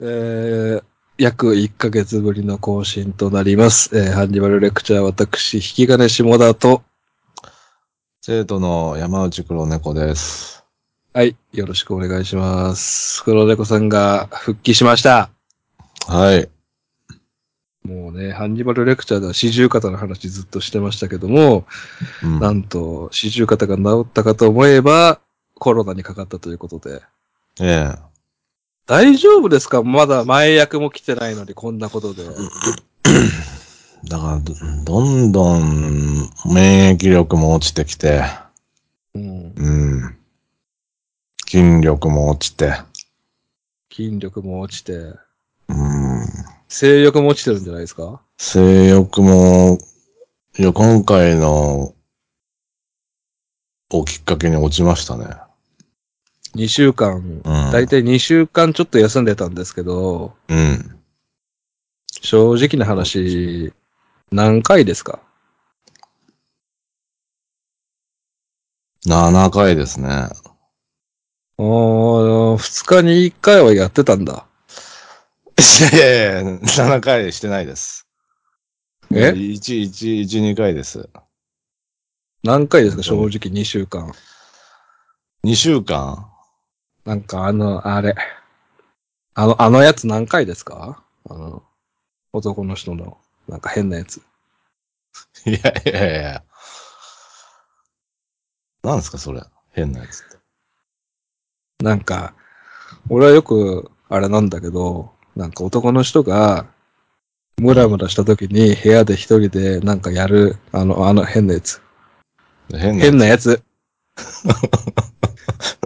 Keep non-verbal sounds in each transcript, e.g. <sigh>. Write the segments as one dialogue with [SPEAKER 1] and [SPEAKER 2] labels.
[SPEAKER 1] えー約1ヶ月ぶりの更新となります。えーハンニバルレクチャー、私、引き金下田と、
[SPEAKER 2] 生徒の山内黒猫です。
[SPEAKER 1] はい、よろしくお願いします。黒猫さんが復帰しました。
[SPEAKER 2] はい。
[SPEAKER 1] もうね、ハンニバルレクチャーでは四十肩の話ずっとしてましたけども、
[SPEAKER 2] うん
[SPEAKER 1] なんと、四十肩が治ったかと思えば、コロナにかかったということで。
[SPEAKER 2] え
[SPEAKER 1] 大丈夫ですかまだ前役も来てないのに、こんなことで。
[SPEAKER 2] え。だからど、どんどん免疫力も落ちてきて、
[SPEAKER 1] うん、
[SPEAKER 2] うん。筋力も落ちて、
[SPEAKER 1] 筋力も落ちて、
[SPEAKER 2] うん。
[SPEAKER 1] 性欲も落ちてるんじゃないですか
[SPEAKER 2] 性欲も、いや、今回の、をきっかけに落ちましたね。
[SPEAKER 1] 2週間、
[SPEAKER 2] うん。
[SPEAKER 1] 大体2週間ちょっと休んでたんですけど、
[SPEAKER 2] うん。
[SPEAKER 1] 正直な話、何回ですか
[SPEAKER 2] 7回 <laughs> ですね。
[SPEAKER 1] あー2日に1回はやってたんだ。
[SPEAKER 2] いやいやいや、7回して <laughs> ないです。
[SPEAKER 1] え
[SPEAKER 2] ?1、1、1、2回です。
[SPEAKER 1] 何回ですか正直2週間。
[SPEAKER 2] 2週間
[SPEAKER 1] なんかあの、あれ。あの、あのやつ何回ですかあの、男の人の、なんか変なやつ。
[SPEAKER 2] <laughs> いやいやいや。なんですか、それ。変なやつって。
[SPEAKER 1] なんか、俺はよく、あれなんだけど、なんか男の人が、ムラムラした時に部屋で一人でなんかやる、あの、あの変なやつ。
[SPEAKER 2] 変なやつ
[SPEAKER 1] 変なやつ。 <laughs>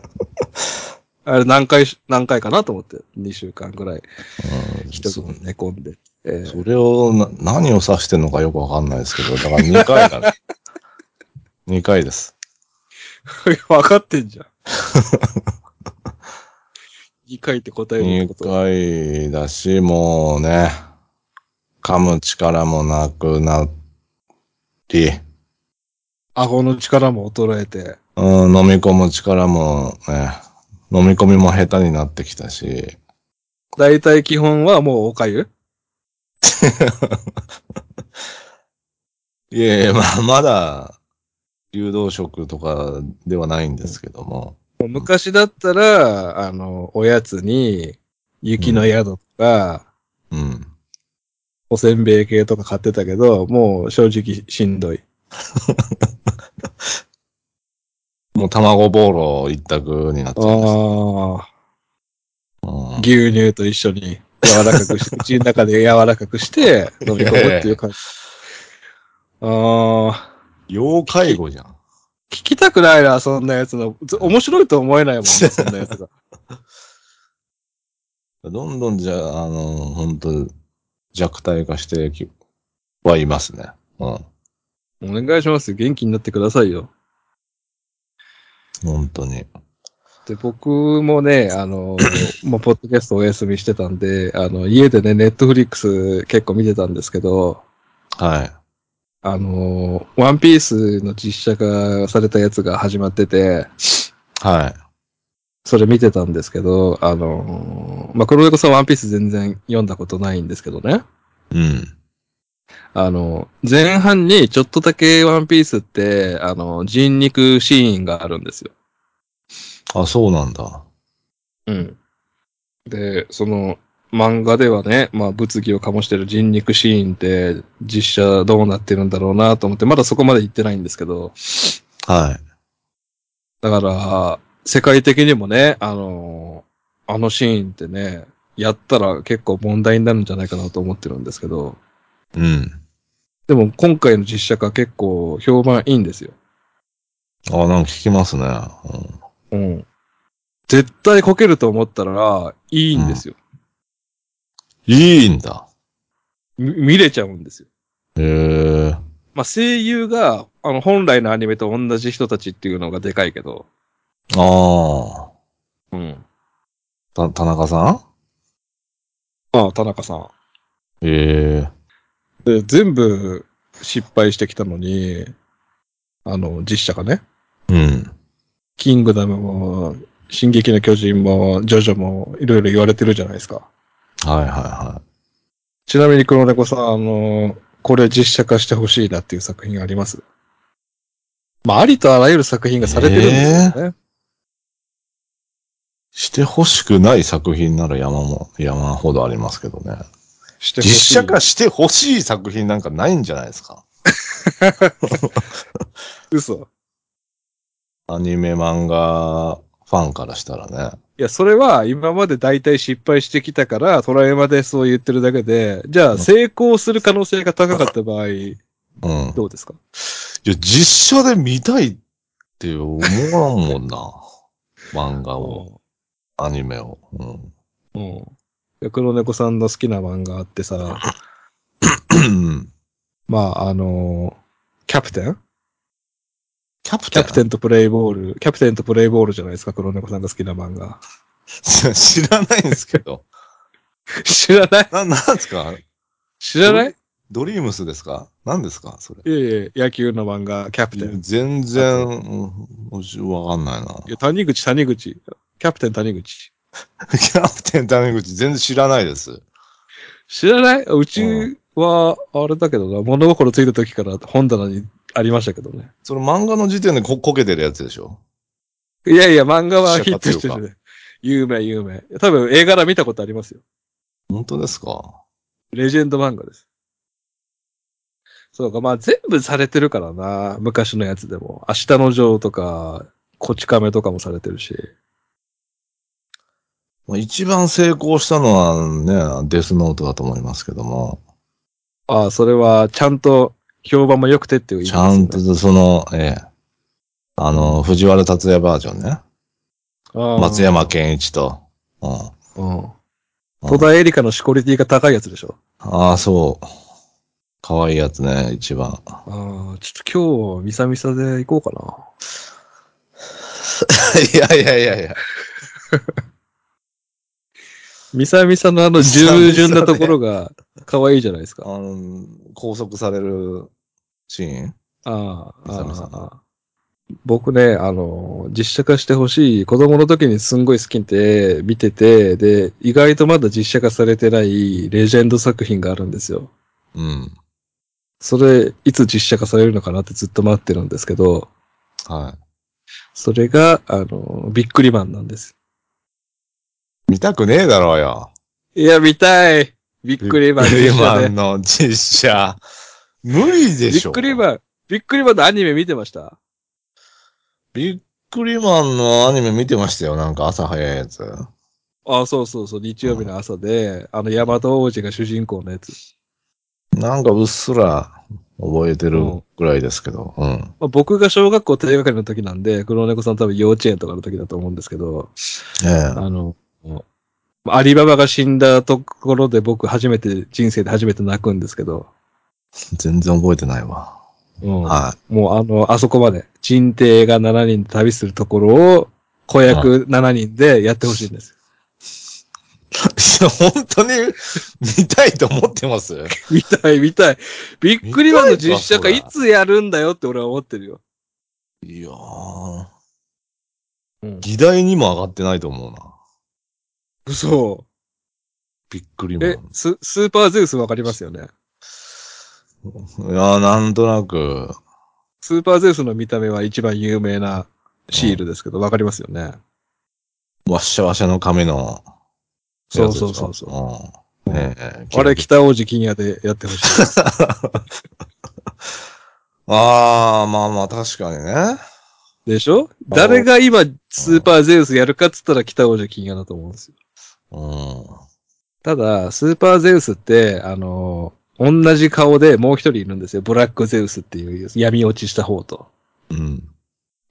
[SPEAKER 1] あれ何回し、何回かなと思って、2週間ぐらい
[SPEAKER 2] うん
[SPEAKER 1] 一
[SPEAKER 2] そ
[SPEAKER 1] 人で寝込んで。えー
[SPEAKER 2] それをな、何を指してんのかよくわかんないですけど、だから2回だね。2回です。
[SPEAKER 1] 分かってんじゃ
[SPEAKER 2] <laughs>
[SPEAKER 1] ん。2回って答えるって
[SPEAKER 2] 2
[SPEAKER 1] こと。
[SPEAKER 2] 回だし、もうね、噛む力もなくなり、
[SPEAKER 1] 顎の力も衰えて。
[SPEAKER 2] うん、飲み込む力もね、飲み込みも下手になってきたし、
[SPEAKER 1] だいたい基本はもうおかゆ
[SPEAKER 2] いえいえ、まあ、まだ、流動食とかではないんですけども。
[SPEAKER 1] もう昔だったら、あの、おやつに、雪の宿とか、
[SPEAKER 2] うん。
[SPEAKER 1] おせんべい系とか買ってたけど、もう正直しんどい。
[SPEAKER 2] もう卵ボーロ一択になっちゃいまし
[SPEAKER 1] ああ。
[SPEAKER 2] た。うん
[SPEAKER 1] 牛乳と一緒に柔らかくして、口の中で柔らかくして飲み込むっていう感じ。ああ、
[SPEAKER 2] 要介護じゃん。
[SPEAKER 1] 聞きたくないな、そんなやつの。ず面白いと思えないもんね、そんなやつが。
[SPEAKER 2] どんどんじゃあ、あの、本当弱体化してきはいますね。うん。
[SPEAKER 1] お願いしますよ。元気になってくださいよ。
[SPEAKER 2] 本当に。
[SPEAKER 1] で、僕もね、あの、まあ、ポッドキャストお休みしてたんで、あの、家でね、ネットフリックス結構見てたんですけど、
[SPEAKER 2] はい。
[SPEAKER 1] あの、ワンピースの実写化されたやつが始まってて、
[SPEAKER 2] はい。
[SPEAKER 1] それ見てたんですけど、あのーまあ、黒猫さんワンピース全然読んだことないんですけどね。
[SPEAKER 2] うん。
[SPEAKER 1] あの、前半にちょっとだけワンピースって、あの、人肉シーンがあるんですよ。
[SPEAKER 2] あ、そうなんだ。
[SPEAKER 1] うん。で、その、漫画ではね、まあ、物議を醸してる人肉シーンって、実写どうなってるんだろうなと思って、まだそこまで行ってないんですけど、
[SPEAKER 2] はい。
[SPEAKER 1] だから、世界的にもね、あのーあのシーンってね、やったら結構問題になるんじゃないかなと思ってるんですけど、
[SPEAKER 2] うん。
[SPEAKER 1] でも今回の実写化結構評判いいんですよ。
[SPEAKER 2] あ、なんか聞きますね。
[SPEAKER 1] う
[SPEAKER 2] うん
[SPEAKER 1] ん。絶対こけると思ったら、いいんですよ、
[SPEAKER 2] いいんだ。
[SPEAKER 1] み見れちゃうんですよ。
[SPEAKER 2] へえ。
[SPEAKER 1] まあ、声優が、あの、本来のアニメと同じ人たちっていうのがでかいけど、
[SPEAKER 2] あ
[SPEAKER 1] うん。
[SPEAKER 2] あ。た、田中さ
[SPEAKER 1] ああ、田中さん。
[SPEAKER 2] んへえ。
[SPEAKER 1] で、全部失敗してきたのに、あの、実写化ね。
[SPEAKER 2] うん。
[SPEAKER 1] キングダムも、進撃の巨人も、ジョジョも、いろいろ言われてるじゃないですか。
[SPEAKER 2] はいはいは
[SPEAKER 1] ちなみに黒猫さん、あの、これ実写化してほしいなっていう作品ありますまあ、ありとあらゆる作品がされてるんですよね。
[SPEAKER 2] い。してほしくない作品なら山も、山ほどありますけどね。
[SPEAKER 1] してほしい
[SPEAKER 2] 実写化してほしい作品なんかないんじゃないですか。
[SPEAKER 1] 嘘。
[SPEAKER 2] アニメ漫画ファンからしたらね。
[SPEAKER 1] いや、それは今まで大体失敗してきたから、トライまでそう言ってるだけで、じゃあ成功する可能性が高かった場合、
[SPEAKER 2] うん。
[SPEAKER 1] どうですか
[SPEAKER 2] いや、実写で見たいって思わんもんな。 <laughs> 漫画を、アニメを。う
[SPEAKER 1] うん。で黒猫さんの好きな漫画あってさ、
[SPEAKER 2] ん。
[SPEAKER 1] まあ、あのーキャプテン
[SPEAKER 2] キャプ
[SPEAKER 1] <clears throat> キ
[SPEAKER 2] テン
[SPEAKER 1] ャプテンとプレイボール、キャプテンとプレイボールじゃないですか、黒猫さんが好きな漫画。 <laughs>
[SPEAKER 2] <laughs> 知らないんですけど。
[SPEAKER 1] 知らない
[SPEAKER 2] な、なんですか
[SPEAKER 1] 知らない
[SPEAKER 2] ドリームスですか何ですかそれ。
[SPEAKER 1] いえいえ、野球の漫画、キャプテン。い
[SPEAKER 2] 全然、うんわかんないな。
[SPEAKER 1] や、谷口、谷口。キャプテン、谷口。
[SPEAKER 2] キャプテンタメ口全然知らないです。
[SPEAKER 1] 知らないう
[SPEAKER 2] う
[SPEAKER 1] ちは、あれだけどな、物心ついた時から本棚にありましたけどね。
[SPEAKER 2] それ漫画の時点でここけてるやつでしょ
[SPEAKER 1] いやいや、漫画はヒットして
[SPEAKER 2] 知らなか
[SPEAKER 1] るね。有名、有名。多分映画ら見たことありますよ。
[SPEAKER 2] 本当ですか
[SPEAKER 1] レジェンド漫画です。そうか、まあ全部されてるからな、昔のやつでも。明日のジョーとか、こち亀とかもされてるし。
[SPEAKER 2] まあ一番成功したのはね、デスノートだと思いますけども、
[SPEAKER 1] ああ、それはちゃんと評判も良くてっていう意味
[SPEAKER 2] ち
[SPEAKER 1] ですよ
[SPEAKER 2] ゃ
[SPEAKER 1] ね
[SPEAKER 2] んとその、ええ、あの、藤原達也バージョンね。
[SPEAKER 1] ああ
[SPEAKER 2] 松山健一と。うん、
[SPEAKER 1] うん。戸田恵梨香のシコリティが高いやつでしょ。
[SPEAKER 2] ああ、そう。可愛いやつね、一番。 <laughs>
[SPEAKER 1] ああ、ちょっと今日、ミサミサで行こうか
[SPEAKER 2] いやいやいやいや。
[SPEAKER 1] な。ミサミサのあの従順なところが可愛いじゃないです
[SPEAKER 2] あ
[SPEAKER 1] か。
[SPEAKER 2] の、拘束されるシーン
[SPEAKER 1] ああ、
[SPEAKER 2] ミサミサ
[SPEAKER 1] ああああ僕ね、あの、実写化してほしい、子供の時にすんごい好きで見てて、で、意外とまだ実写化されてないレジェンド作品があるんですよ。
[SPEAKER 2] うん。
[SPEAKER 1] それ、いつ実写化されるのかなってずっと待ってるんですけど、
[SPEAKER 2] は
[SPEAKER 1] それが、あの、ビックリマンなんです。
[SPEAKER 2] い。見たくねえだろうよ。
[SPEAKER 1] いや、見たい。ビックリマン、
[SPEAKER 2] ビッ
[SPEAKER 1] 実
[SPEAKER 2] クリ
[SPEAKER 1] 写
[SPEAKER 2] マ
[SPEAKER 1] ね
[SPEAKER 2] ンの実写。無理で
[SPEAKER 1] ビ
[SPEAKER 2] し
[SPEAKER 1] ッ
[SPEAKER 2] ょ。
[SPEAKER 1] クリマン、ビックリマンのアニメ見てました
[SPEAKER 2] ビックリマンのアニメ見てましたよ。なんか朝早いやつ。
[SPEAKER 1] あそうそうそう、日曜日の朝で、あの、ヤマト王子が主人公のやつ。
[SPEAKER 2] なんかうっすら覚えてる
[SPEAKER 1] うん
[SPEAKER 2] ぐらいですけど。うん。
[SPEAKER 1] まあ、僕が小学校低学年の時なんで、黒猫さん多分幼稚園とかの時だと思うんですけど、
[SPEAKER 2] ええ。
[SPEAKER 1] あの、アリババが死んだところで僕初めて、人生で初めて泣くんですけど、
[SPEAKER 2] 全然覚えてないわ。は
[SPEAKER 1] もうあの、あそこまで、人帝が7人で旅するところを、子役7人でやってほしいんです。
[SPEAKER 2] い。いや、本当に見たいと思ってます。
[SPEAKER 1] <laughs> 見たい、見たい。ビックリマンの実写化
[SPEAKER 2] 見たい
[SPEAKER 1] い
[SPEAKER 2] か
[SPEAKER 1] つやるんだよって俺は思ってるよ。
[SPEAKER 2] いやー、
[SPEAKER 1] うん、
[SPEAKER 2] 議題にも上がってないと思うな。
[SPEAKER 1] 嘘。
[SPEAKER 2] ビックリマン。
[SPEAKER 1] え、ス、スーパーゼウスわかりますよね。
[SPEAKER 2] いやー、なんとなく、
[SPEAKER 1] スーパーゼウスの見た目は一番有名なシールですけど、わかりますよね。
[SPEAKER 2] わっしゃわしゃの亀の
[SPEAKER 1] そ
[SPEAKER 2] や
[SPEAKER 1] う
[SPEAKER 2] つでしょ。
[SPEAKER 1] そうそうそう。
[SPEAKER 2] うん。ねえ
[SPEAKER 1] あれ、北王子金谷でやってほしい。
[SPEAKER 2] <laughs> ああ、まあまあ確かにね。
[SPEAKER 1] でしょ誰が今、スーパーゼウスやるかっつったら北王子金谷だと思うんですよ。
[SPEAKER 2] う
[SPEAKER 1] ただ、スーパーゼウスって、あのー同じ顔でもう一人いるんですよ。ブラックゼウスっていう闇落ちした方と。
[SPEAKER 2] ん。うん。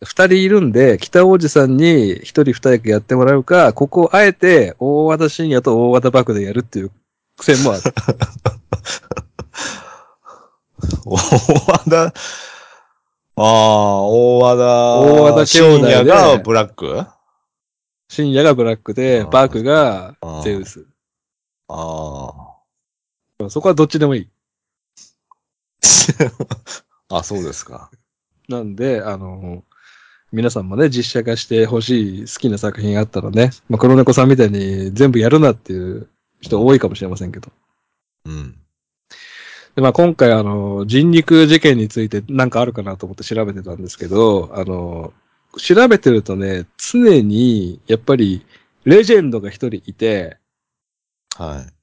[SPEAKER 1] 二人いるんで、北王子さんに一人二役やってもらうか、ここをあえて大和田信也と大和田幕でやるっていう苦
[SPEAKER 2] <laughs>
[SPEAKER 1] 戦もある。
[SPEAKER 2] 大和田、ああ、大和田、
[SPEAKER 1] 大和田兄弟で
[SPEAKER 2] 信也がブラックあ
[SPEAKER 1] 信也がブラックで
[SPEAKER 2] あ、ー
[SPEAKER 1] バークが
[SPEAKER 2] あー
[SPEAKER 1] ゼウス。
[SPEAKER 2] あ。
[SPEAKER 1] そこはどっちでもいい。
[SPEAKER 2] <laughs> あ、そうですか。
[SPEAKER 1] なんで、あの、皆さんもね、実写化してほしい好きな作品あったらね、まあ、黒猫さんみたいに全部やるなっていう人多いかもしれませんけど。
[SPEAKER 2] うん。
[SPEAKER 1] でまあ、今回、あの、人肉事件についてなんかあるかなと思って調べてたんですけど、あの、調べてるとね、常に、やっぱり、レジェンドが一人いて、
[SPEAKER 2] はい。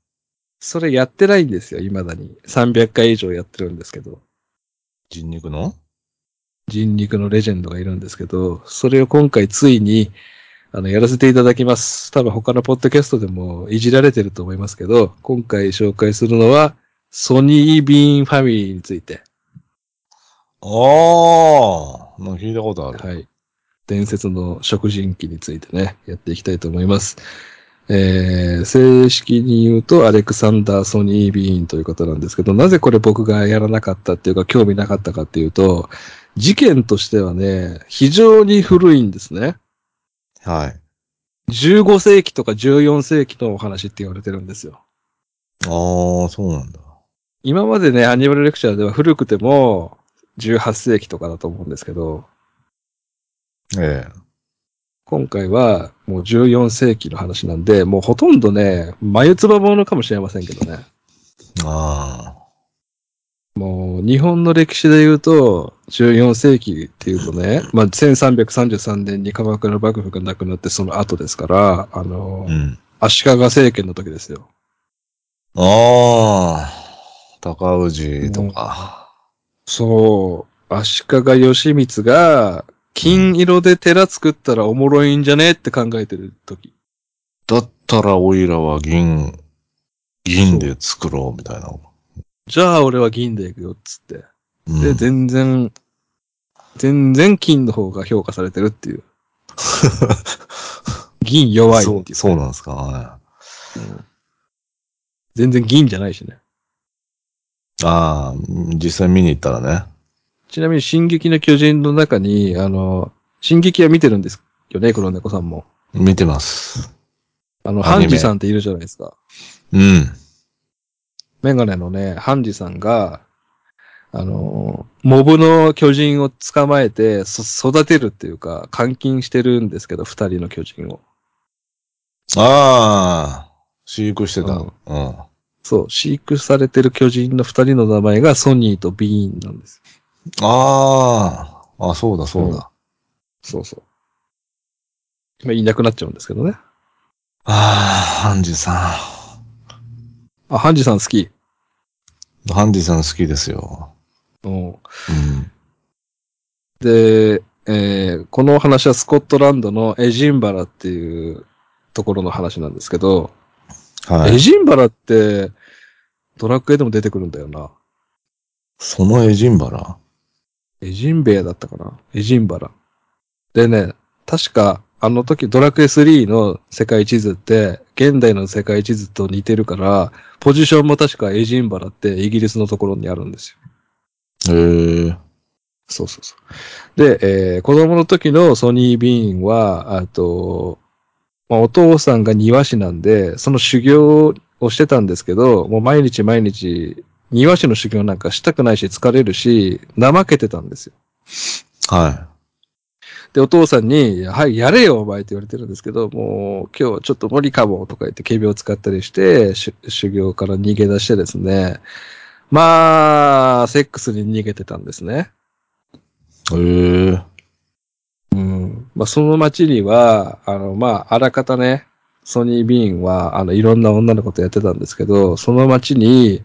[SPEAKER 1] それやってないんですよ、未だに。300回以上やってるんですけど。
[SPEAKER 2] 人肉の
[SPEAKER 1] 人肉のレジェンドがいるんですけど、それを今回ついに、あの、やらせていただきます。多分他のポッドキャストでもいじられてると思いますけど、今回紹介するのは、ソニー・ビーン・ファミリーについて。
[SPEAKER 2] ああなんか聞いたことある。
[SPEAKER 1] はい。伝説の食人鬼についてね、やっていきたいと思います。えー、正式に言うと、アレクサンダー・ソニー・ビーンという方なんですけど、なぜこれ僕がやらなかったっていうか、興味なかったかっていうと、事件としてはね、非常に古いんですね。
[SPEAKER 2] はい。
[SPEAKER 1] 15世紀とか14世紀のお話って言われてるんですよ。
[SPEAKER 2] ああそうなんだ。
[SPEAKER 1] 今までね、アニマルレクチャーでは古くても18世紀とかだと思うんですけど、
[SPEAKER 2] ええ
[SPEAKER 1] 今回はもう14世紀の話なんで、もうほとんどね、眉唾ものかもしれませんけどね。
[SPEAKER 2] あ
[SPEAKER 1] もう日本の歴史で言うと、14世紀っていうとね、まあ、1333年に鎌倉幕府が亡くなってその後ですから、あの
[SPEAKER 2] あ、うん。
[SPEAKER 1] 足利政権の時ですよ。
[SPEAKER 2] ああ高氏とか。
[SPEAKER 1] そう。足利義満が、金色で寺作ったらおもろいんじゃねって考えてる時。
[SPEAKER 2] だったらおいらは銀、銀で作ろうみたいな。
[SPEAKER 1] じゃあ俺は銀で行くよっつって。
[SPEAKER 2] うん
[SPEAKER 1] で、全然、全然金の方が評価されてるって
[SPEAKER 2] <laughs>
[SPEAKER 1] いう。銀弱いって
[SPEAKER 2] そ
[SPEAKER 1] いう
[SPEAKER 2] う。そうなんですか。はい
[SPEAKER 1] 全然銀じゃないしね。
[SPEAKER 2] ああ、実際見に行ったらね。
[SPEAKER 1] ちなみに、進撃の巨人の中に、あの、進撃は見てるんですよね、黒猫さんも。
[SPEAKER 2] 見てます。
[SPEAKER 1] あの、
[SPEAKER 2] ア
[SPEAKER 1] ハ
[SPEAKER 2] ニメ
[SPEAKER 1] ンジさんっているじゃないですか。
[SPEAKER 2] うん。
[SPEAKER 1] メガネのね、ハンジさんが、あのー、モブの巨人を捕まえて、そ育てるっていうか、監禁してるんですけど、二人の巨人を。
[SPEAKER 2] ああ、飼育してた。
[SPEAKER 1] う
[SPEAKER 2] うんん。
[SPEAKER 1] そう、飼育されてる巨人の二人の名前がソニーとビーンなんです。
[SPEAKER 2] ああ、あ、そうだそうだ。
[SPEAKER 1] うんそうそう。今いなくなっちゃうんですけどね。
[SPEAKER 2] ああ、ハンジさ
[SPEAKER 1] あ、ハンジさん好き。
[SPEAKER 2] ん。ハンジさん好きですよ。
[SPEAKER 1] うん。
[SPEAKER 2] うん。
[SPEAKER 1] で、えーこの話はスコットランドのエジンバラっていうところの話なんですけど、
[SPEAKER 2] は
[SPEAKER 1] エ
[SPEAKER 2] い。
[SPEAKER 1] ジンバラって、ドラクエでも出てくるんだよな。
[SPEAKER 2] そのエジンバラ
[SPEAKER 1] エジンベエだったかなエジンバラ。でね、確か、あの時ドラクエ3の世界地図って、現代の世界地図と似てるから、ポジションも確かエジンバラってイギリスのところにあるんですよ。
[SPEAKER 2] へえ。
[SPEAKER 1] そうそうそう。で、えー子供の時のソニー・ビーンは、あと、まあ、お父さんが庭師なんで、その修行をしてたんですけど、もう毎日毎日、庭師の修行なんかしたくないし疲れるし、怠けてたんですよ。
[SPEAKER 2] は
[SPEAKER 1] で、お父さんに、はい、やれよ、お前って言われてるんですけど、もう、今日ちょっと無理かも、とか言って、警備を使ったりして、し修行から逃げ出してですね、まあ、セックスに逃げてたんですね。
[SPEAKER 2] い。へえ。
[SPEAKER 1] うん。まあ、その街には、あの、まあ、あらかたね、ソニー・ビーンは、あの、いろんな女の子とやってたんですけど、その街に、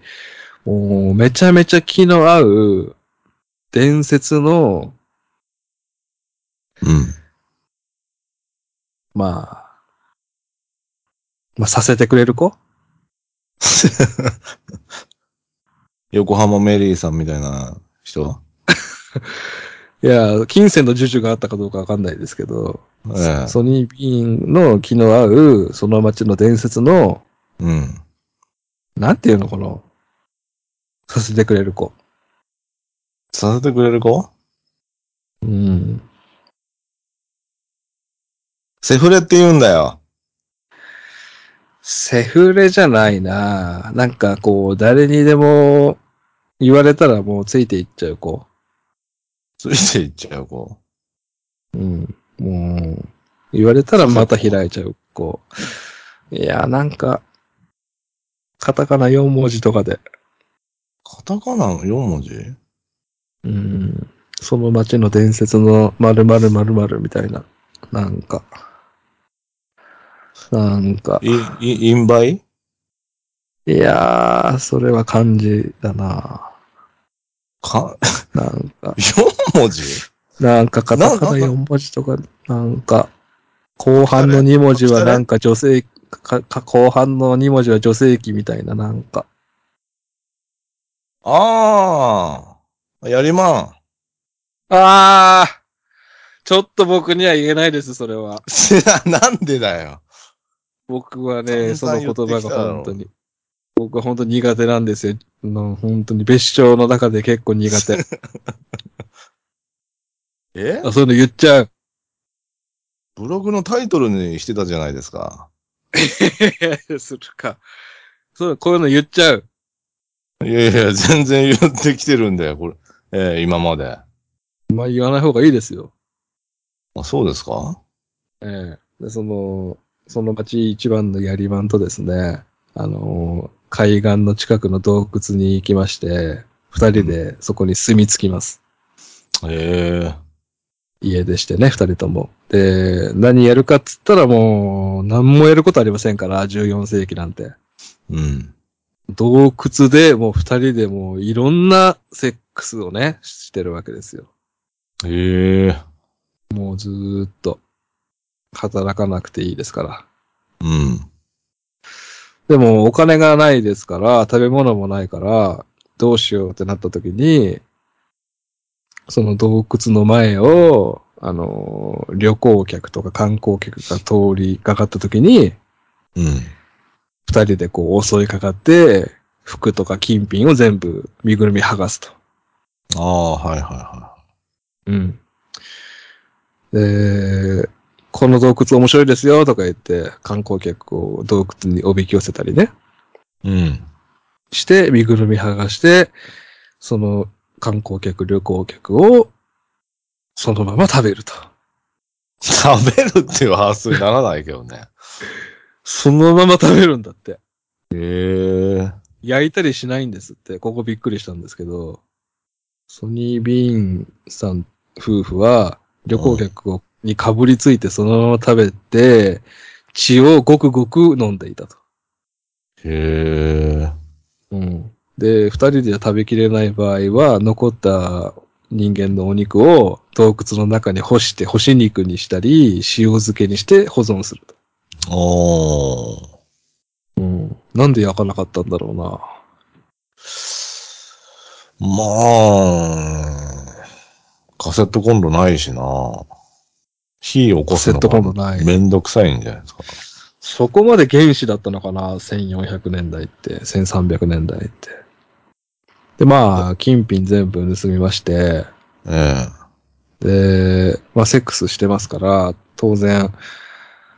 [SPEAKER 1] もう、めちゃめちゃ気の合う、伝説の、
[SPEAKER 2] うん。
[SPEAKER 1] まあ、まあ、させてくれる子
[SPEAKER 2] <laughs> 横浜メリーさんみたいな人
[SPEAKER 1] いや、金銭の授受があったかどうかわかんないですけど、
[SPEAKER 2] ええ。
[SPEAKER 1] ソニー・ビーンの気の合う、その街の伝説の、
[SPEAKER 2] うん。
[SPEAKER 1] なんていうの、この、させてくれる子。
[SPEAKER 2] させてくれる子
[SPEAKER 1] うん。
[SPEAKER 2] セフレって言うんだよ。
[SPEAKER 1] セフレじゃないななんかこう、誰にでも言われたらもうついていっちゃう子。
[SPEAKER 2] ついていっちゃう子。
[SPEAKER 1] うん。もう、言われたらまた開いちゃう子。いや、なんか、カタカナ4文字とかで。
[SPEAKER 2] カタカナの4文字
[SPEAKER 1] うん。その街の伝説の〇〇〇〇みたいな。なんか。なんか。
[SPEAKER 2] い、い、インバイ
[SPEAKER 1] いやー、それは漢字だな
[SPEAKER 2] か、 <laughs>
[SPEAKER 1] なんか、
[SPEAKER 2] 4文字
[SPEAKER 1] なんかカタカナ
[SPEAKER 2] なな
[SPEAKER 1] 4文字とか、なんか、後半の2文字はなんか女性、か、か後半の2文字は女性器みたいな、なんか。
[SPEAKER 2] ああ、やりまん。 <laughs>
[SPEAKER 1] あーちょっと僕には言えないです、それは。
[SPEAKER 2] 知らん、なんでだよ。
[SPEAKER 1] 僕は
[SPEAKER 2] 散
[SPEAKER 1] ね、そ
[SPEAKER 2] 々
[SPEAKER 1] の
[SPEAKER 2] 言
[SPEAKER 1] 言
[SPEAKER 2] ってきた
[SPEAKER 1] 葉
[SPEAKER 2] だろ
[SPEAKER 1] が本当に。僕は本当に苦手なんですよ。の本当に別称の中で結構苦手。
[SPEAKER 2] え
[SPEAKER 1] あそういうの言っちゃう。
[SPEAKER 2] ブログのタイトルにしてたじゃないですか。
[SPEAKER 1] するか。そう、こういうの言っちゃう。
[SPEAKER 2] いやいや、全然言ってきてるんだよ、これ。ええ今まで。あ、
[SPEAKER 1] まあ言わない方がいいですよ。
[SPEAKER 2] そうですか
[SPEAKER 1] ええで、その、その町一番のやりまんとですね、あのー海岸の近くの洞窟に行きまして、二人でそこに住み着きます。
[SPEAKER 2] え
[SPEAKER 1] 家でしてね、二人とも。で、何やるかっつったらもう、何もやることありませんから、14世紀なんて。
[SPEAKER 2] えうん。
[SPEAKER 1] 洞窟でもう二人でもういろんなセックスをね、してるわけですよ。
[SPEAKER 2] ええ
[SPEAKER 1] もうずーっと、働かなくていいですから。
[SPEAKER 2] うん。
[SPEAKER 1] でもお金がないですから、食べ物もないから、どうしようってなった時に、その洞窟の前を、あのー、旅行客とか観光客が通りかかった時に、
[SPEAKER 2] うん。
[SPEAKER 1] 二人でこう襲いかかって、服とか金品を全部身ぐるみ剥がすと。
[SPEAKER 2] ああ、はいはいは
[SPEAKER 1] うん。で、この洞窟面白いですよとか言って、観光客を洞窟におびき寄せたりね。
[SPEAKER 2] い。うん。
[SPEAKER 1] して、身ぐるみ剥がして、その観光客、旅行客を、そのまま食べると。
[SPEAKER 2] 食べるっていう発想にならないけどね。
[SPEAKER 1] そのまま食べるんだって。
[SPEAKER 2] ええ
[SPEAKER 1] 焼いたりしないんですって、ここびっくりしたんですけど、ソニー・ビーンさん夫婦は、旅行客をにかぶりついてそのまま食べて、血をごくごく飲んでいたと。
[SPEAKER 2] へえ。
[SPEAKER 1] うん。で、二人では食べきれない場合は、残った人間のお肉を洞窟の中に干して、干し肉にしたり、塩漬けにして保存すると。
[SPEAKER 2] おー。
[SPEAKER 1] うん。なんで焼かなかったんだろうな。
[SPEAKER 2] まあ、カセットコンロないしな。火起こすの
[SPEAKER 1] カセットコンロ
[SPEAKER 2] が
[SPEAKER 1] ない
[SPEAKER 2] めんどくさいんじゃないですか。
[SPEAKER 1] そこまで原始だったのかな ?1400 年代って、1300年代って。で、まあ、金品全部盗みまして、
[SPEAKER 2] え
[SPEAKER 1] で、まあ、セックスしてますから、当然、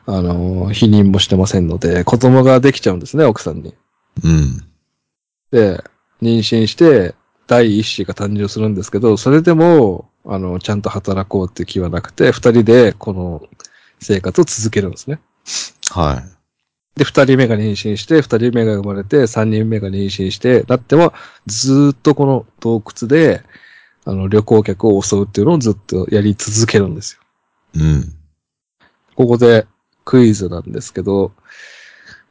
[SPEAKER 1] あの、否認もしてませんので、子供ができちゃうんですね、奥さんに。
[SPEAKER 2] え。うん。
[SPEAKER 1] で、妊娠して、第一子が誕生するんですけど、それでも、あの、ちゃんと働こうって気はなくて、二人でこの生活を続けるんですね。
[SPEAKER 2] は
[SPEAKER 1] で、二人目が妊娠して、二人目が生まれて、三人目が妊娠して、なっても、ずーっとこの洞窟で、あの、旅行客を襲うっていうのをずっとやり続けるんですよ。
[SPEAKER 2] い。
[SPEAKER 1] <laughs>
[SPEAKER 2] うん。
[SPEAKER 1] ここでクイズなんですけど、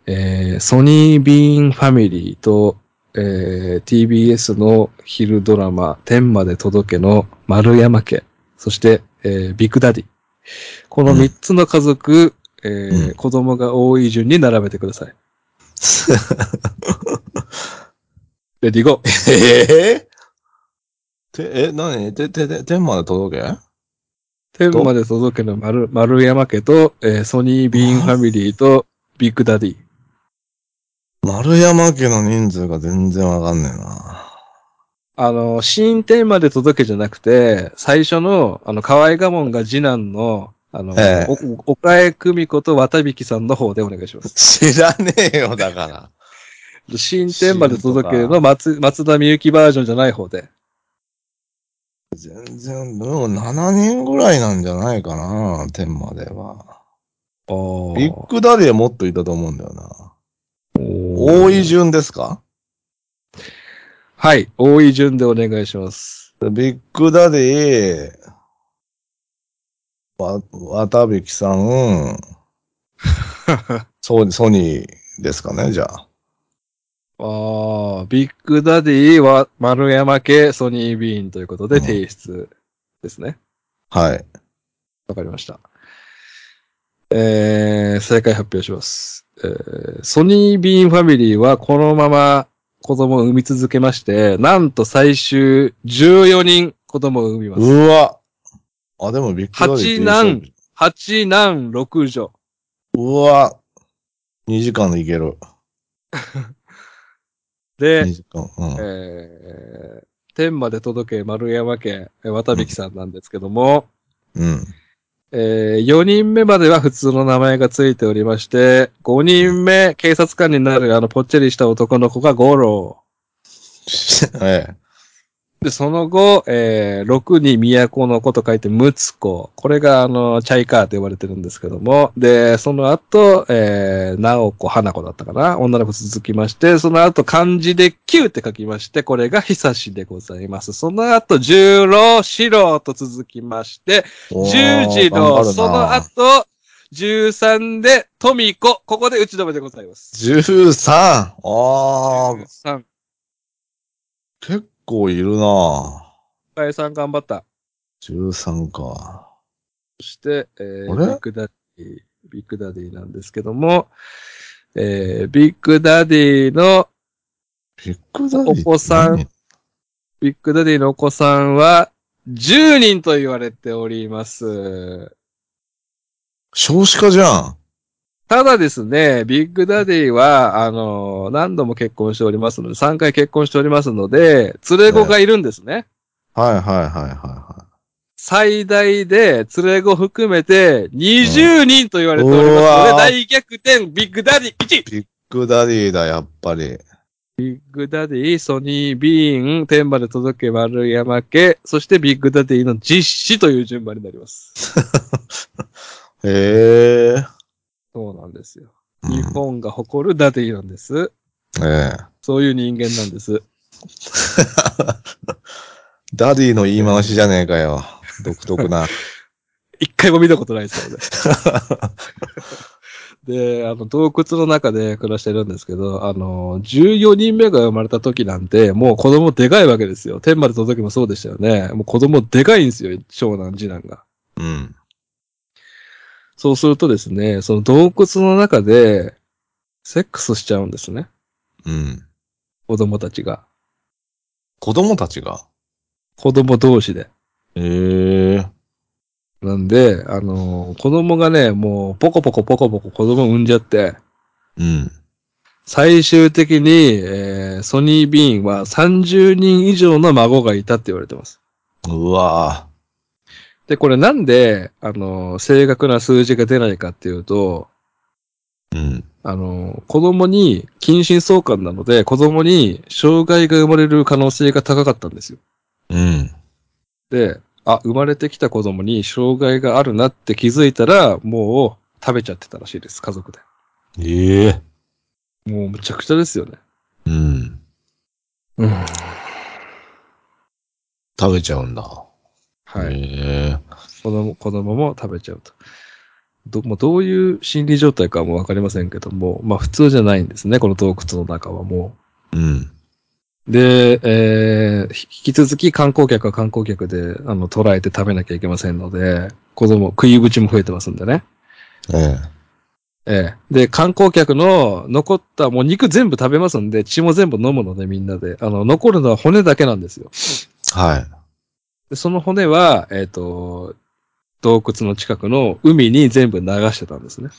[SPEAKER 1] えーソニー・ビーン・ファミリーと、えー TBS の昼ドラマ、天まで届けの丸山家、そして、えービッグダディ。この
[SPEAKER 2] うん
[SPEAKER 1] 3つの家族、えー
[SPEAKER 2] うん
[SPEAKER 1] 子供が多い順に並べてください。レディーゴー。
[SPEAKER 2] ええ <laughs> て、え、なにて、て、て、天まで届け
[SPEAKER 1] 天まで届けの丸丸山家と、えーソニー・ビーン・ファミリーとビッグダディ。
[SPEAKER 2] 丸山家の人数が全然わかんねえな。
[SPEAKER 1] あの、新天まで届けじゃなくて、最初の、あの、河合我門が次男の、あの、
[SPEAKER 2] ええ
[SPEAKER 1] お岡江久美子と渡引さんの方でお願いし
[SPEAKER 2] <laughs>
[SPEAKER 1] ます。
[SPEAKER 2] 知らねえよ、だから。
[SPEAKER 1] 新天まで届け
[SPEAKER 2] 新とか
[SPEAKER 1] の松松田美幸バージョンじゃない方で。
[SPEAKER 2] 全然、でも7人ぐらいなんじゃないかな、天までは。ビッグダディはもっといたと思うんだよな。多い順ですか
[SPEAKER 1] はい。多い順でお願いします。
[SPEAKER 2] ビッグダディ、わ、渡引さ <laughs> ん、ソソニーですかね、じゃあ。
[SPEAKER 1] ああ、ビッグダディは丸山家ソニービーンということで
[SPEAKER 2] うん
[SPEAKER 1] 提出ですね。
[SPEAKER 2] はい。
[SPEAKER 1] わ、かりました。えー、正解発表します、えー。ソニービーンファミリーはこのまま子供を産み続けまして、なんと最終14人子供を産みます。
[SPEAKER 2] うわあ、でもビッグダディって
[SPEAKER 1] 八男8男6女。
[SPEAKER 2] うわ !2 時間でいける。
[SPEAKER 1] で
[SPEAKER 2] 2、時間。うん。
[SPEAKER 1] えー、天まで届け丸山家、えー渡引さんなんですけども、
[SPEAKER 2] うん。 <laughs>
[SPEAKER 1] え4人目までは普通の名前がついておりまして、5人目、警察官になるあのぽっちゃりした男の子が五郎。
[SPEAKER 2] ええ。
[SPEAKER 1] で、その後、え6に都の子と書いて六子。これがあの、チャイカーと呼ばれてるんですけども。で、その後、えー、直子、花子だったかな女の子続きまして、その後漢字で九って書きまして、これが久しでございます。その後、十郎、四郎と続きまして、十時の、その
[SPEAKER 2] 後。
[SPEAKER 1] 後、13で、富子、ここで打ち止めでございます。
[SPEAKER 2] 13! ああ、
[SPEAKER 1] 13。
[SPEAKER 2] 結構いるな
[SPEAKER 1] 岡井さん頑張った。
[SPEAKER 2] 13か。
[SPEAKER 1] そして、えー
[SPEAKER 2] あれ
[SPEAKER 1] ビッグダディ、ビッグダディなんですけども、えービッグダディの、
[SPEAKER 2] ビッグダディって何
[SPEAKER 1] お子さん。ビッグダディのお子さんは、10人と言われております。
[SPEAKER 2] 少子化じゃん。
[SPEAKER 1] ただですね、ビッグダディは、あの何度も結婚しておりますので、3回結婚しておりますので、連れ子がいるんですね。
[SPEAKER 2] はいはいはいはいは
[SPEAKER 1] 最大で、連れ子含めて、20人と言われておりますの
[SPEAKER 2] うわ
[SPEAKER 1] で、
[SPEAKER 2] ー
[SPEAKER 1] 大逆転、ビッグダディ1
[SPEAKER 2] い。ビッグダディだ、やっぱり。
[SPEAKER 1] ビッグダディ、ソニー、ビーン、天まで届け、丸山家、そしてビッグダディの実施という順番になります。
[SPEAKER 2] へえ。
[SPEAKER 1] そうなんですよ。
[SPEAKER 2] うん
[SPEAKER 1] 日本が誇るダディなんです。
[SPEAKER 2] ええ。
[SPEAKER 1] そういう人間なんです。
[SPEAKER 2] ダディの言い回しじゃねえかよ。独特な。 <laughs>
[SPEAKER 1] 一回も見たことないですよ、
[SPEAKER 2] <laughs>
[SPEAKER 1] 俺。で、あの、洞窟の中で暮らしてるんですけど、あの、14人目が生まれた時なんて、もう子供でかいわけですよ。天まで届けもそうでしたよね。もう子供でかいんですよ、長男、次男が。
[SPEAKER 2] うん。
[SPEAKER 1] そうするとですね、その洞窟の中で、セックスしちゃうんですね。
[SPEAKER 2] うん。
[SPEAKER 1] 子供たちが。
[SPEAKER 2] 子供たちが。
[SPEAKER 1] 子供同士で。
[SPEAKER 2] ええ。
[SPEAKER 1] なんで、あの、子供がね、もう、ポコポコポコポコ子供産んじゃって、
[SPEAKER 2] うん。
[SPEAKER 1] 最終的に、えーソニー・ビーンは30人以上の孫がいたって言われてます。
[SPEAKER 2] うわ
[SPEAKER 1] で、これなんで、あの、正確な数字が出ないかっていうと、
[SPEAKER 2] ぁ。うん。
[SPEAKER 1] あの、子供に、近親相関なので、子供に障害が生まれる可能性が高かったんですよ。
[SPEAKER 2] うん。
[SPEAKER 1] で、あ、生まれてきた子供に障害があるなって気づいたら、もう食べちゃってたらしいです、家族で。
[SPEAKER 2] ええ。
[SPEAKER 1] もうむちゃくちゃですよね。
[SPEAKER 2] うん。
[SPEAKER 1] うん。
[SPEAKER 2] 食べちゃうんだ。
[SPEAKER 1] はい。
[SPEAKER 2] え
[SPEAKER 1] 子供、子供も食べちゃうと。ど、もうどういう心理状態かはもうわかりませんけども、まあ普通じゃないんですね、この洞窟の中はも
[SPEAKER 2] えうん。
[SPEAKER 1] う。で、えー、ひ引き続き観光客は観光客で、あの、捉えて食べなきゃいけませんので、子供、食い口も増えてますんでね。
[SPEAKER 2] ええ。
[SPEAKER 1] ええ。で、観光客の残った、もう肉全部食べますんで、血も全部飲むので、みんなで。あの、残るのは骨だけなんですよ。
[SPEAKER 2] はい。
[SPEAKER 1] でその骨は、えっ、と、洞窟の近くの海に全部流してたんですね。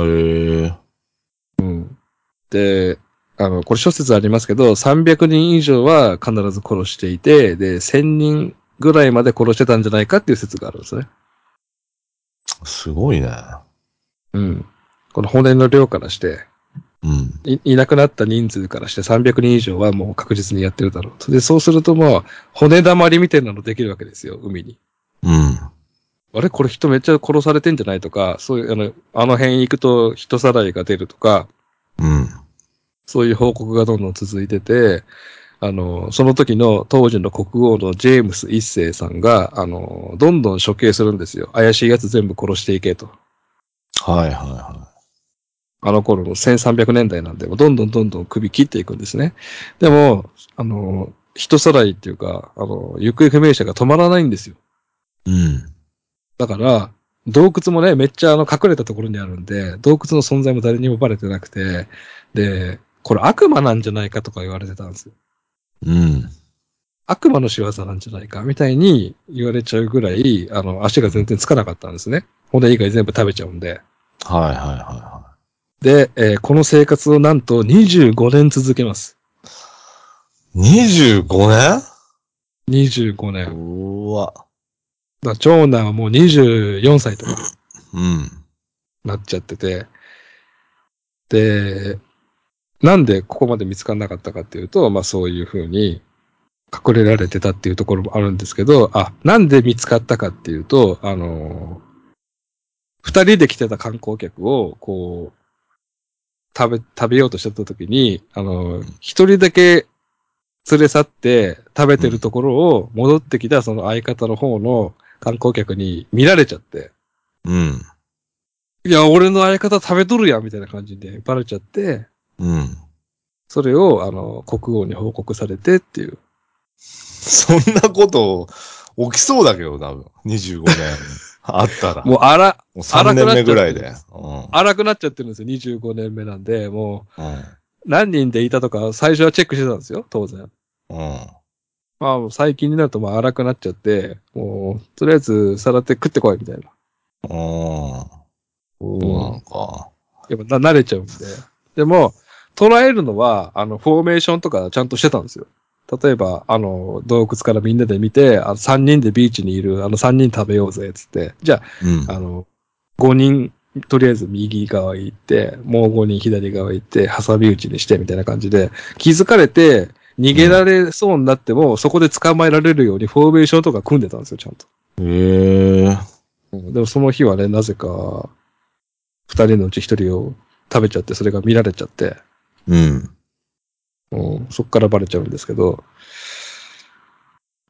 [SPEAKER 2] ええ。
[SPEAKER 1] で、あの、これ諸説ありますけど、300人以上は必ず殺していて、で、1000人ぐらいまで殺してたんじゃないかっていう説があるんですね。
[SPEAKER 2] すごいね。
[SPEAKER 1] うん。この骨の量からして、
[SPEAKER 2] うん。
[SPEAKER 1] いいなくなった人数からして300人以上はもう確実にやってるだろうと。で、そうするともう、骨だまりみたいなのできるわけですよ、海に。
[SPEAKER 2] うん。
[SPEAKER 1] あれこれ人めっちゃ殺されてんじゃないとか、そういう、あの、あの辺行くと人さらいが出るとか、
[SPEAKER 2] うん。
[SPEAKER 1] そういう報告がどんどん続いてて、あの、その時の当時の国王のジェームス一世さんが、あの、どんどん処刑するんですよ。怪しい奴全部殺していけと。
[SPEAKER 2] はいはいは
[SPEAKER 1] あの頃の1300年代なんで、どんどんどんどん首切っていくんですね。でも、あの、人さらいっていうか、あの、行方不明者が止まらないんですよ。
[SPEAKER 2] い。うん。
[SPEAKER 1] だから、洞窟もね、めっちゃあの隠れたところにあるんで、洞窟の存在も誰にもバレてなくて、で、これ悪魔なんじゃないかとか言われてたんですよ。
[SPEAKER 2] うん。
[SPEAKER 1] 悪魔の仕業なんじゃないかみたいに言われちゃうぐらい、あの、足が全然つかなかったんですね。骨以外全部食べちゃうんで。
[SPEAKER 2] はいはいはいは
[SPEAKER 1] で、えーこの生活をなんと25年続けます。
[SPEAKER 2] い。25
[SPEAKER 1] 25年。だ
[SPEAKER 2] 年
[SPEAKER 1] か
[SPEAKER 2] うわ。
[SPEAKER 1] ら長男はもう24歳とか
[SPEAKER 2] うん。
[SPEAKER 1] なっちゃってて。で、なんでここまで見つからなかったかっていうと、まあそういうふうに隠れられてたっていうところもあるんですけど、あ、なんで見つかったかっていうと、あの二人で来てた観光客を、こう、食べ、食べようとしてた時に、あの一人だけ連れ去って食べてるところを戻ってきたその相方の方の観光客に見られちゃって、
[SPEAKER 2] うん。
[SPEAKER 1] いや、俺の相方食べとるやんみたいな感じでバレちゃって、
[SPEAKER 2] うん。
[SPEAKER 1] それを、あの、国王に報告されてっていう。
[SPEAKER 2] そんなこと起きそうだけど、多分。25年
[SPEAKER 1] <laughs>
[SPEAKER 2] あったら。も
[SPEAKER 1] もう荒、
[SPEAKER 2] う3年目ぐらいで。うん。
[SPEAKER 1] 荒くなっちゃってるんですよ。25年目なんで、も
[SPEAKER 2] うん。
[SPEAKER 1] う、何人でいたとか、最初はチェックしてたんですよ、当然。
[SPEAKER 2] うん。
[SPEAKER 1] まあ、最近になると、まあ、荒くなっちゃって、もう、とりあえず、さらって食ってこい、みたいな。
[SPEAKER 2] うん。そうなのか。
[SPEAKER 1] やっぱ、な慣れちゃうんで。でも、捉えるのは、あの、フォーメーションとかちゃんとしてたんですよ。例えば、あの、洞窟からみんなで見て、あの3人でビーチにいる、あの、3人食べようぜ、つって。じゃあ、
[SPEAKER 2] うん。
[SPEAKER 1] あの、5人、とりあえず右側行って、もう5人左側行って、挟み撃ちにしてみたいな感じで、気づかれて、逃げられそうになっても、そこで捕まえられるようにフォーメーションとか組んでたんですよ、ちゃんと。
[SPEAKER 2] へえ。
[SPEAKER 1] でもその日はね、なぜか、二人のうち一人を食べちゃって、それが見られちゃって、
[SPEAKER 2] うん。
[SPEAKER 1] うんそっからバレちゃうんですけど、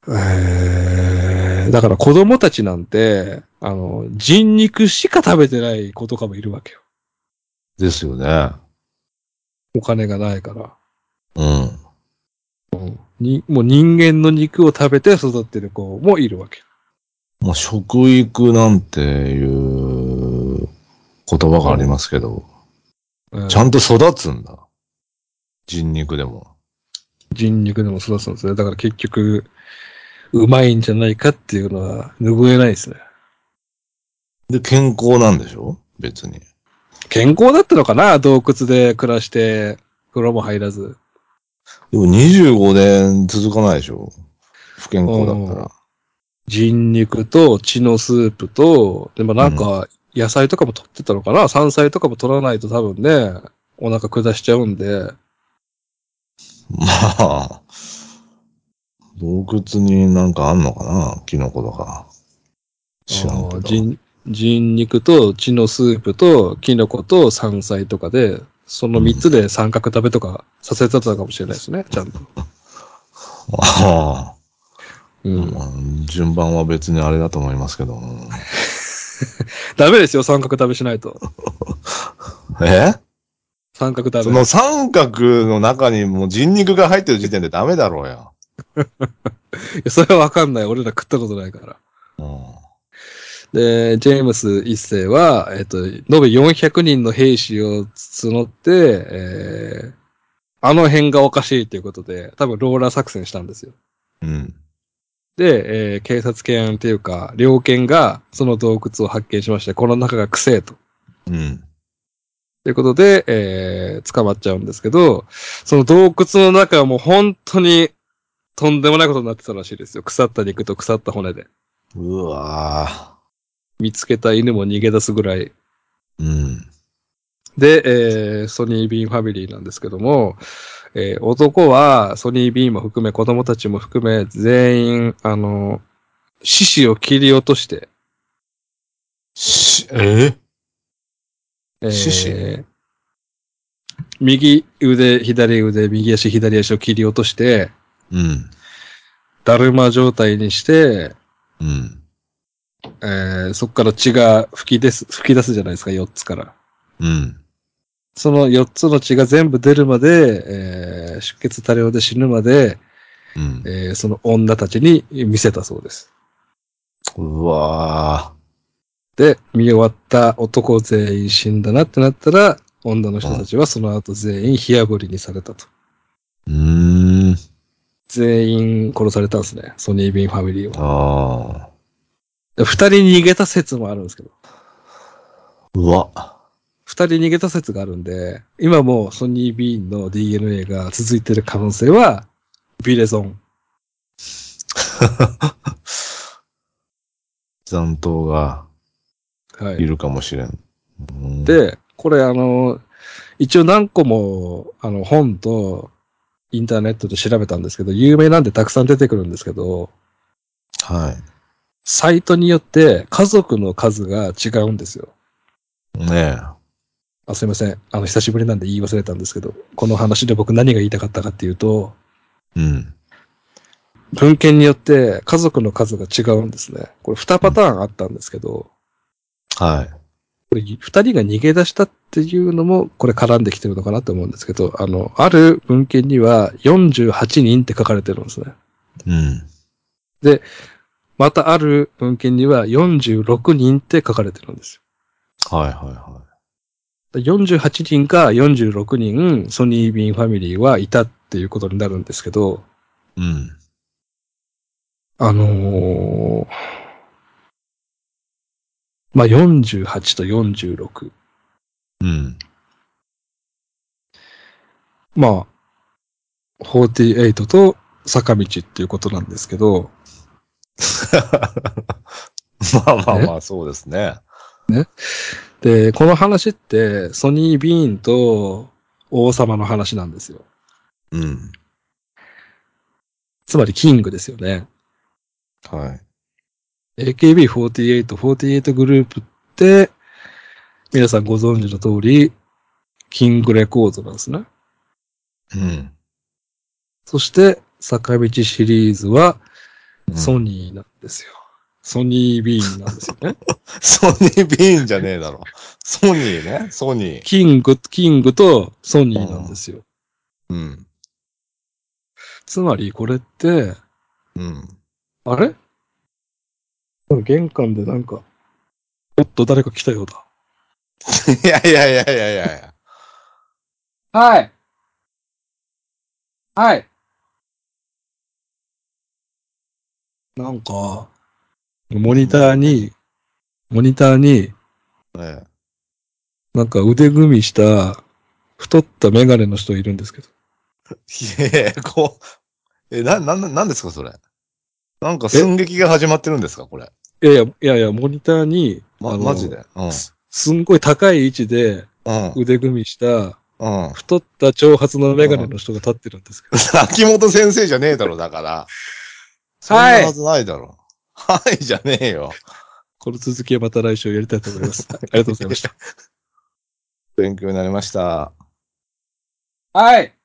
[SPEAKER 1] えー、だから子供たちなんて、あの、人肉しか食べてない子とかもいるわけよ。
[SPEAKER 2] ですよね。
[SPEAKER 1] お金がないから。
[SPEAKER 2] うん。
[SPEAKER 1] に、もう人間の肉を食べて育ってる子もいるわけ。
[SPEAKER 2] まあ、食育なんていう言葉がありますけど、
[SPEAKER 1] うん
[SPEAKER 2] ちゃんと育つんだ。人肉でも。
[SPEAKER 1] 人肉でも育つんですね。だから結局、うまいんじゃないかっていうのは拭えないですね。
[SPEAKER 2] で、健康なんでしょ別に。
[SPEAKER 1] 健康だったのかな洞窟で暮らして、風呂も入らず。
[SPEAKER 2] でも25年続かないでしょ不健康だったら。
[SPEAKER 1] 人肉と血のスープと、でもなんか野菜とかも取ってたのかな、山菜とかも取らないと多分ね、お腹下しちゃうんで。
[SPEAKER 2] まあ、洞窟になんかあんのかなキノコとか。知らん
[SPEAKER 1] あー
[SPEAKER 2] けど。
[SPEAKER 1] 人人肉と血のスープとキノコと山菜とかで、その3つで三角食べとかさせてたかもしれないですね、ちゃんと。
[SPEAKER 2] ああ、
[SPEAKER 1] うん、
[SPEAKER 2] <laughs> まあ順番は別にあれだと思いますけど。うん
[SPEAKER 1] ダメですよ、三角食べしないと。
[SPEAKER 2] え
[SPEAKER 1] 三角食
[SPEAKER 2] そ
[SPEAKER 1] べ。
[SPEAKER 2] の三角の中にもう人肉が入ってる時点でダメだろうよ。
[SPEAKER 1] いやそれはわかんない。俺ら食ったことないから。
[SPEAKER 2] う
[SPEAKER 1] で、ジェームス一世は、えっと、延べ400人の兵士を募って、えーあの辺がおかしいということで、多分ローラー作戦したんですよ。
[SPEAKER 2] ん。うん。
[SPEAKER 1] で、えー警察犬っていうか、猟犬がその洞窟を発見しまして、この中が臭えと。
[SPEAKER 2] うん。
[SPEAKER 1] ということで、えー捕まっちゃうんですけど、その洞窟の中はもう本当にとんでもないことになってたらしいですよ。腐った肉と腐った骨で。
[SPEAKER 2] うわぁ。
[SPEAKER 1] 見つけた犬も逃げ出すぐらい
[SPEAKER 2] うん。
[SPEAKER 1] で、えーソニー・ビーンファミリーなんですけども、えー男はソニー・ビーンも含め子供たちも含め全員、あの、獅子を切り落として、
[SPEAKER 2] し、え
[SPEAKER 1] えー
[SPEAKER 2] 獅子
[SPEAKER 1] 右腕、左腕、右足、左足を切り落として、
[SPEAKER 2] うん。
[SPEAKER 1] だるま状態にして、
[SPEAKER 2] うん。
[SPEAKER 1] えーそこから血が吹き出す、吹き出すじゃないですか、4つから。
[SPEAKER 2] うん。
[SPEAKER 1] その4つの血が全部出るまで、えー出血多量で死ぬまで、
[SPEAKER 2] うん
[SPEAKER 1] え。ーその女たちに見せたそうです。
[SPEAKER 2] うわ
[SPEAKER 1] で、見終わった男全員死んだなってなったら、女の人たちはその後全員火炙りにされたと。
[SPEAKER 2] ーうーん。
[SPEAKER 1] 全員殺されたんですね。ソニービンファミリーは。
[SPEAKER 2] ああ。
[SPEAKER 1] で二人逃げた説もあるんですけど。
[SPEAKER 2] うわ。
[SPEAKER 1] 二人逃げた説があるんで、今もうソニービーンの DNA が続いてる可能性は、ビレゾン。
[SPEAKER 2] 残党が
[SPEAKER 1] はいい。
[SPEAKER 2] るかもしれん。うん、
[SPEAKER 1] で、これあの、一応何個も、あの、本と、インターネットで調べたんですけど、有名なんでたくさん出てくるんですけど、
[SPEAKER 2] は
[SPEAKER 1] サイトによって家族の数が違うんですよ。
[SPEAKER 2] い。ね
[SPEAKER 1] あすいません。あの、久しぶりなんで言い忘れたんですけど、この話で僕何が言いたかったかっていうと、
[SPEAKER 2] え。うん。
[SPEAKER 1] 文献によって家族の数が違うんですね。これ2パターンあったんですけど、
[SPEAKER 2] はい。
[SPEAKER 1] これ2人が逃げ出したっていうのも、これ絡んできてるのかなと思うんですけど、あの、ある文献には48人って書かれてるんですね。
[SPEAKER 2] うん。
[SPEAKER 1] またある文献には46人って書かれてるんですよ。
[SPEAKER 2] はいはいは
[SPEAKER 1] 48人か46人、ソニービンファミリーはいたっていうことになるんですけど、
[SPEAKER 2] い。うん。
[SPEAKER 1] あのーまあ、48と46。
[SPEAKER 2] うん。
[SPEAKER 1] まあ、48と坂道っていうことなんですけど、
[SPEAKER 2] まあまあまあ、そうですね。
[SPEAKER 1] で、この話って、ソニー・ビーンと王様の話なんですよ。
[SPEAKER 2] うん。
[SPEAKER 1] つまりキングですよね。
[SPEAKER 2] はい。
[SPEAKER 1] AKB48、48グループって、皆さんご存知の通り、キングレコードなんですね。
[SPEAKER 2] うん。
[SPEAKER 1] そして、坂道シリーズは
[SPEAKER 2] うん
[SPEAKER 1] ソニーなんですよ。ソニー・ビーンなんですよね。
[SPEAKER 2] ソニービーンじゃねえ <laughs> だろ。ソニーね。ソニー。
[SPEAKER 1] キング、キングとソニーなんですよ。
[SPEAKER 2] うん。
[SPEAKER 1] つまり、これって、
[SPEAKER 2] うん。
[SPEAKER 1] あれなんか玄関でなんか、おっと誰か来たようだ。
[SPEAKER 2] <laughs> いやいやいやいやいやいや。
[SPEAKER 1] はい。はい。なんか、モニターに、モニターに、
[SPEAKER 2] ね
[SPEAKER 1] なんか腕組みした、太ったメガネの人いるんですけど。
[SPEAKER 2] え、いやいや、こう、え、な、な、ななんですか、それ。なんか寸劇が始まってるんですか、これ。
[SPEAKER 1] いやいや、いやいや、モニターに、あ
[SPEAKER 2] ま、
[SPEAKER 1] の
[SPEAKER 2] マジで。うん。
[SPEAKER 1] すすんごい高い位置で
[SPEAKER 2] うん。
[SPEAKER 1] 腕組みした、
[SPEAKER 2] うん。
[SPEAKER 1] 太った長髪のメガネの人が立ってるんですけど。
[SPEAKER 2] 秋元先生じゃねえだろ、だ <laughs> から。そんなはずないだろ。はい、じゃねえよ。
[SPEAKER 1] この続きはまた来週やりたいと思い <laughs> ます。ありがとうございました。
[SPEAKER 2] 勉強になりました。
[SPEAKER 1] はい。